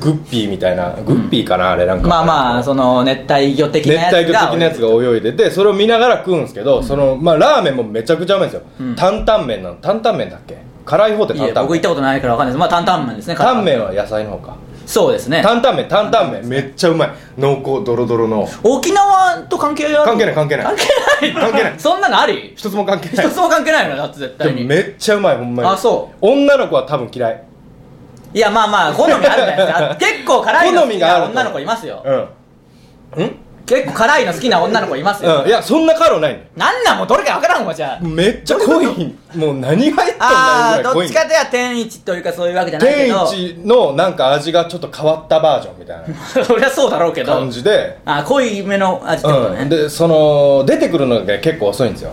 Speaker 2: グッピーみたいなグッピーかな、あれなんか
Speaker 1: まあまあその熱帯魚的
Speaker 2: 熱
Speaker 1: なやつが
Speaker 2: 帯魚的なやつが泳いでてそれを見ながら食うんですけど、そのまあラーメンもめちゃくちゃうまいんですよ、
Speaker 1: うん
Speaker 2: 担々麺なの担々麺だっけ辛い方って
Speaker 1: い
Speaker 2: 担
Speaker 1: や
Speaker 2: 々
Speaker 1: 僕行っ
Speaker 2: 麺
Speaker 1: たことないからわかんないですまあ担々麺ですね
Speaker 2: タンメンは野菜の方か
Speaker 1: そうですね
Speaker 2: 担々麺担々麺めっちゃうまい濃厚ドロドロの
Speaker 1: 沖縄と関係ある
Speaker 2: 関係ない関係ない
Speaker 1: 関係ない
Speaker 2: 関係ない
Speaker 1: そんなのあり
Speaker 2: 一つも関係ない
Speaker 1: 一つも関係ないのよだって絶
Speaker 2: で
Speaker 1: 対
Speaker 2: も
Speaker 1: に
Speaker 2: めっちゃうまいほんまに
Speaker 1: あそう
Speaker 2: 女の子は多分嫌い
Speaker 1: いやまあまあ好みあるじゃないです か結構辛いの
Speaker 2: 好
Speaker 1: 好き
Speaker 2: みがあ
Speaker 1: な
Speaker 2: る
Speaker 1: 女の子いますよ
Speaker 2: うんうん
Speaker 1: 結構辛いの好きな女の子いますよ
Speaker 2: うんいやそんな辛うない
Speaker 1: なんなんもうどれかわからんわじ ゃあ
Speaker 2: のめっちゃ濃いもう何が入っ
Speaker 1: あ
Speaker 2: たん
Speaker 1: あ
Speaker 2: だよ
Speaker 1: ーど
Speaker 2: ぐら
Speaker 1: っ
Speaker 2: い濃い
Speaker 1: ちかとや天一というかそういうわけじゃないけど
Speaker 2: 天一のなんか味がちょっと変わったバージョンみたい な
Speaker 1: そりゃそうだろうけど
Speaker 2: 感じで
Speaker 1: あー濃いめの味ってこと
Speaker 2: うん、
Speaker 1: ね
Speaker 2: でその出てくるのが結構遅いんですよ、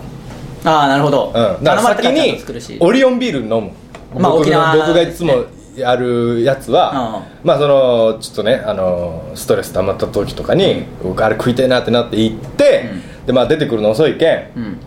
Speaker 1: ああなるほど
Speaker 2: うん、だ
Speaker 1: 頼ま
Speaker 2: から
Speaker 1: れたら
Speaker 2: 先
Speaker 1: ちゃん
Speaker 2: に
Speaker 1: と作るし
Speaker 2: オリオンビール飲む、
Speaker 1: まあ
Speaker 2: 僕
Speaker 1: 沖縄
Speaker 2: 僕がいつもやるやつは、まあそのちょっとねあのストレス溜まった時とかに、僕あれ食いたいなってなって行って、でまあ出てくるの遅いけん、
Speaker 1: うん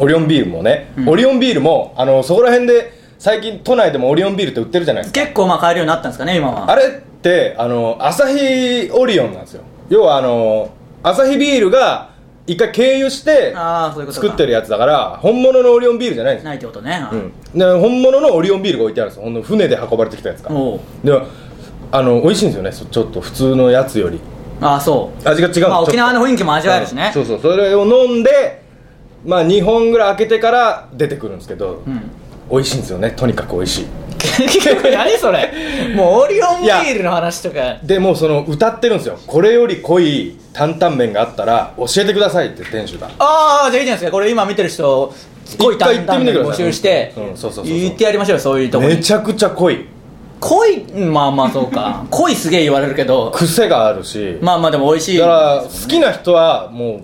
Speaker 2: オリオンビールもね、オリオンビールもあのそこら辺で最近都内でもオリオンビールって売ってるじゃないですか
Speaker 1: 結構まあ買えるようになったんですかね今は
Speaker 2: あれってあのアサヒオリオンなんですよ要はあのアサヒビールが一回経由して
Speaker 1: ああそういうことか
Speaker 2: 作ってるやつだから本物のオリオンビールじゃないんですよ、
Speaker 1: ないってことね
Speaker 2: うん、で本物のオリオンビールが置いてあるんですよほんの船で運ばれてきたやつが
Speaker 1: おう
Speaker 2: であの美味しいんですよねそちょっと普通のやつより
Speaker 1: ああそう
Speaker 2: 味が違うんです
Speaker 1: まあ沖縄
Speaker 2: の
Speaker 1: の雰囲気も味わえるしね
Speaker 2: そうそうそれを飲んでまあ2本ぐらい開けてから出てくるんですけど、
Speaker 1: うん
Speaker 2: 美味しいんですよねとにかく美味しい
Speaker 1: 結局何それもうオリオンビールの話とか
Speaker 2: でもうその歌ってるんですよこれより濃い担々麺があったら教えてくださいって店主が
Speaker 1: ああじゃあいいじゃないですかこれ今見てる人濃い担々麺募集して
Speaker 2: 一回行ってみてくださいうんそうそうそうそう
Speaker 1: 言ってやりましょうよそういうとこ
Speaker 2: め
Speaker 1: に
Speaker 2: ちゃくちゃ濃い
Speaker 1: 濃いまあまあそうか濃いすげえ言われるけど
Speaker 2: 癖があるし、
Speaker 1: まあまあでも美味しい
Speaker 2: だから好きな人はもう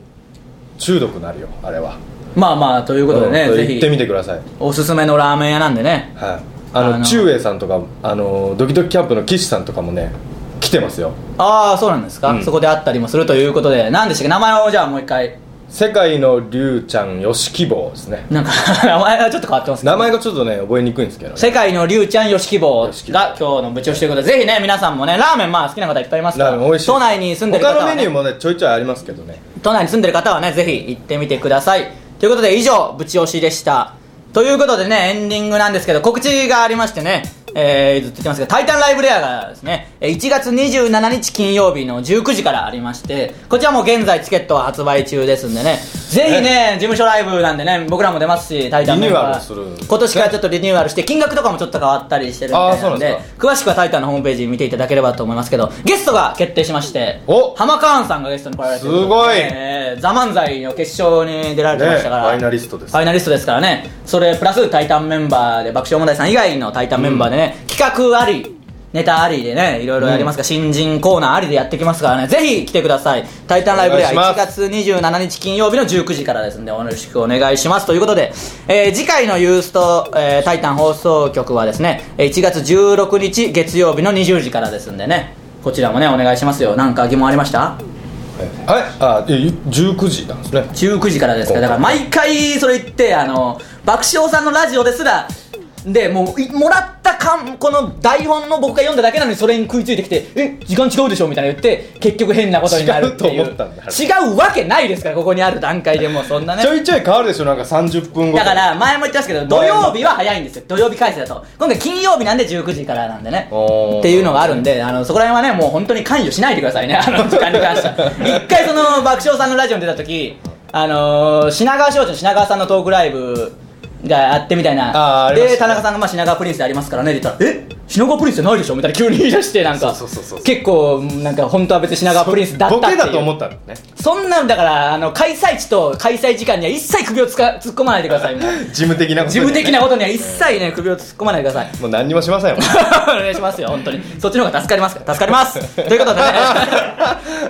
Speaker 2: 中毒になるよあれは
Speaker 1: まあまあということでね
Speaker 2: うん
Speaker 1: ぜ
Speaker 2: 行ってみ
Speaker 1: ひ
Speaker 2: てください
Speaker 1: おすすめのラーメン屋なんでね
Speaker 2: はいあの
Speaker 1: あの
Speaker 2: 中英さんとかあのドキドキキャンプの岸さんとかもね来てますよ
Speaker 1: ああそうなんですか、
Speaker 2: うん
Speaker 1: そこで会ったりもするということで何でしたっけ名前をじゃあもう一回
Speaker 2: 世界の龍ちゃんよし希望ですね
Speaker 1: なんか 名前はちょっと変わってますけど
Speaker 2: 名前がちょっとね覚えにくいんですけどね
Speaker 1: 世界のりゅうちゃんよし希望が
Speaker 2: よし希望
Speaker 1: 今日の部長ということでぜひね皆さんもねラーメンまあ好きな方いっぱいいますか
Speaker 2: ラ
Speaker 1: ら
Speaker 2: ーメン美味しい
Speaker 1: 都内に住んでる方
Speaker 2: 他
Speaker 1: は、
Speaker 2: のメニュー
Speaker 1: ね、
Speaker 2: もねちょいちょいありますけどね
Speaker 1: 都内に住んでる方はねぜひ行ってみてくださいということで以上ぶち押しでしたということでねエンディングなんですけど告知がありましてねえー、ずっと言ってますけど「タイタンライブレア」がですねえー1月27日金曜日の19時からありましてこちらも現在チケットは発売中ですんでねぜひね事務所ライブなんでね僕らも出ますし「タイタンメンバー
Speaker 2: リニューアルする
Speaker 1: 今年からちょっとリニューアルして金額とかもちょっと変わったりしてるみたいなの
Speaker 2: あーそう
Speaker 1: で
Speaker 2: なんです
Speaker 1: 詳しくは「タイタン」のホームページ見ていただければと思いますけどゲストが決定しまして
Speaker 2: お
Speaker 1: 浜カーンさんがゲストに来られてるとうことです
Speaker 2: ごい
Speaker 1: えー、ザ・漫才の決勝に出られてましたから、
Speaker 2: ねファイナリストです
Speaker 1: ファイナリストですからねそれプラスタイタンメンバーで爆笑問題さん以外のタイタンメンバーでね、企画ありネタありでねいろいろやりますが、新人コーナーありでやってきますからねぜひ来てください「タイタンライブ」では
Speaker 2: お願い
Speaker 1: 1
Speaker 2: しま
Speaker 1: 月27日金曜日の19時からですんでよろしくお願いしますということで、えー次回の「ユースト、えータイタン放送局」はですねえー1月16日月曜日の20時からですんでねこちらもねお願いしますよなんか疑問ありました
Speaker 2: はいあいや19時なんですね
Speaker 1: 19時からですからだから毎回それ言ってあの爆笑さんのラジオですらでもういもらったかんこの台本の僕が読んだだけなのにそれに食いついてきて「え時間違うでしょ」みたいな言って結局変なことになるっていう
Speaker 2: 違うと思ったんだ
Speaker 1: 違うわけないですからここにある段階でもうそんなね
Speaker 2: ちょいちょい変わるでしょなんか30分後
Speaker 1: だから前も言ってますけど土曜日は早いんですよ土曜日開始だと今回金曜日なんで19時からなんでね
Speaker 2: おー
Speaker 1: っていうのがあるんであのそこら辺はねもう本当に関与しないでくださいねあ の時間に関しては一回その爆笑さんのラジオに出た時あのー、品川庄司の品川さんのトークライブがあってみたい
Speaker 2: あー
Speaker 1: な
Speaker 2: ありまし
Speaker 1: で
Speaker 2: た
Speaker 1: 田
Speaker 2: ね
Speaker 1: 中さんがまあ品川プリンスでありますからねって言ったら「え品川プリンスじゃないでしょ」みたいな急に言い出してなんか
Speaker 3: そうそうそうそう
Speaker 1: 結構なんか本当は別に品川プリンスだった
Speaker 2: ボ
Speaker 1: ってい
Speaker 2: ケ
Speaker 1: う
Speaker 2: だと思ったのね
Speaker 1: そんなんだからあの開催地と開催時間には一切首をつか突っ込まないでくださいみたいな
Speaker 2: 事務的なこと
Speaker 1: 事
Speaker 2: でね
Speaker 1: 務的なことには一切ね首を突っ込まないでください
Speaker 2: もう何にもしませんよ
Speaker 1: お願いしますよ本当にそっちの方が助かりますから助かりますということでね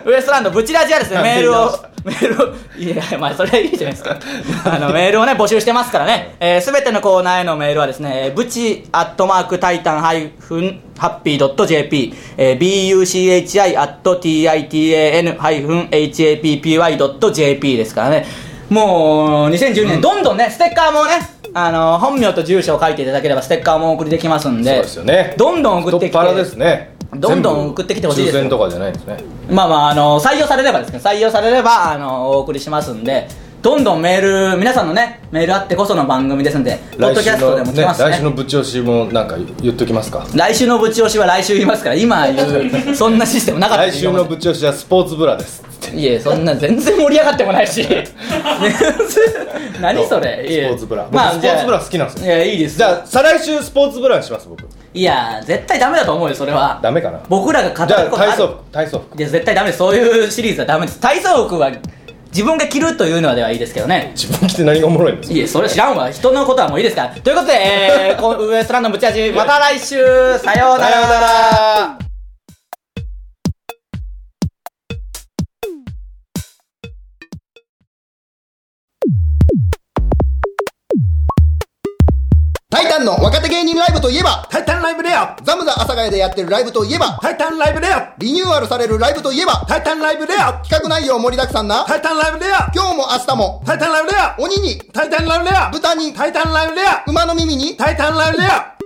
Speaker 1: ウエストランドブチラジはですねメールをメールをいやまあそれはいいじゃないですかあのメールをね募集してますからねすべ、えー全てのコーナーへのメールはですねブチアットマークタイタンハイフンハッピードット JP、えー、BUCHI アット TITAN ハイフン HAPPY ドット JP ですからねもう2012年どんどんねステッカーもねあの本名と住所を書いていただければステッカーもお送りできますんで
Speaker 2: そうですよね
Speaker 1: どんどん送ってきて
Speaker 2: 太っ腹ですね
Speaker 1: どんどん送ってきてほしいですよ
Speaker 2: 全部抽選とかじゃないんですね
Speaker 1: まあまああの採用されればですね採用されればあのお送りしますんでどんどんメール皆さんのねメールあってこその番組ですんでポッドキャストでも来
Speaker 2: ね
Speaker 1: ますね
Speaker 2: 来週のぶち押しもなんか言っときますか
Speaker 1: 来週のぶち押しは来週言いますから今言うそんなシステムなかった
Speaker 2: 来
Speaker 1: です
Speaker 2: 週
Speaker 1: よ
Speaker 2: のぶち押しはスポーツブラです
Speaker 1: いえそんな全然盛り上がってもない し 全然何それいえ
Speaker 2: スポーツブラ僕スポ
Speaker 1: じゃあ
Speaker 2: ーツブラ好きなんですよ
Speaker 1: いやいいです
Speaker 2: じゃあ再来週スポーツブラにします僕
Speaker 1: いや絶対ダメだと思うよそれは
Speaker 2: ダメかな
Speaker 1: 僕らが語
Speaker 2: じゃ
Speaker 1: る
Speaker 2: あ
Speaker 1: ことある
Speaker 2: 体操服体操服
Speaker 1: いや絶対ダメですそういうシリーズはダメです体操服は自分が着るというのはではいいですけどね
Speaker 2: 自分着て何がおもろいんですか
Speaker 1: いえそれ知らんわ人のことはもういいですからということで、えー、こうウエストランドぶち味また来週さような
Speaker 2: さよ
Speaker 1: ら
Speaker 2: うなら
Speaker 4: タイタンの若手芸人ライブといえば、
Speaker 3: タイタンライブレア
Speaker 4: ザムザ阿佐ヶ谷でやってるライブといえば、
Speaker 3: タイタンライブレア
Speaker 4: リニューアルされるライブといえば、
Speaker 3: タイタンライブレア
Speaker 4: 企画内容盛りだくさんな、
Speaker 3: タイタンライブレア
Speaker 4: 今日も明日も、
Speaker 3: タイタンライブレア
Speaker 4: 鬼に、
Speaker 3: タイタンライブレア
Speaker 4: 豚に、
Speaker 3: タイタンライブレア
Speaker 4: 馬の耳に、
Speaker 3: タイタンライブレア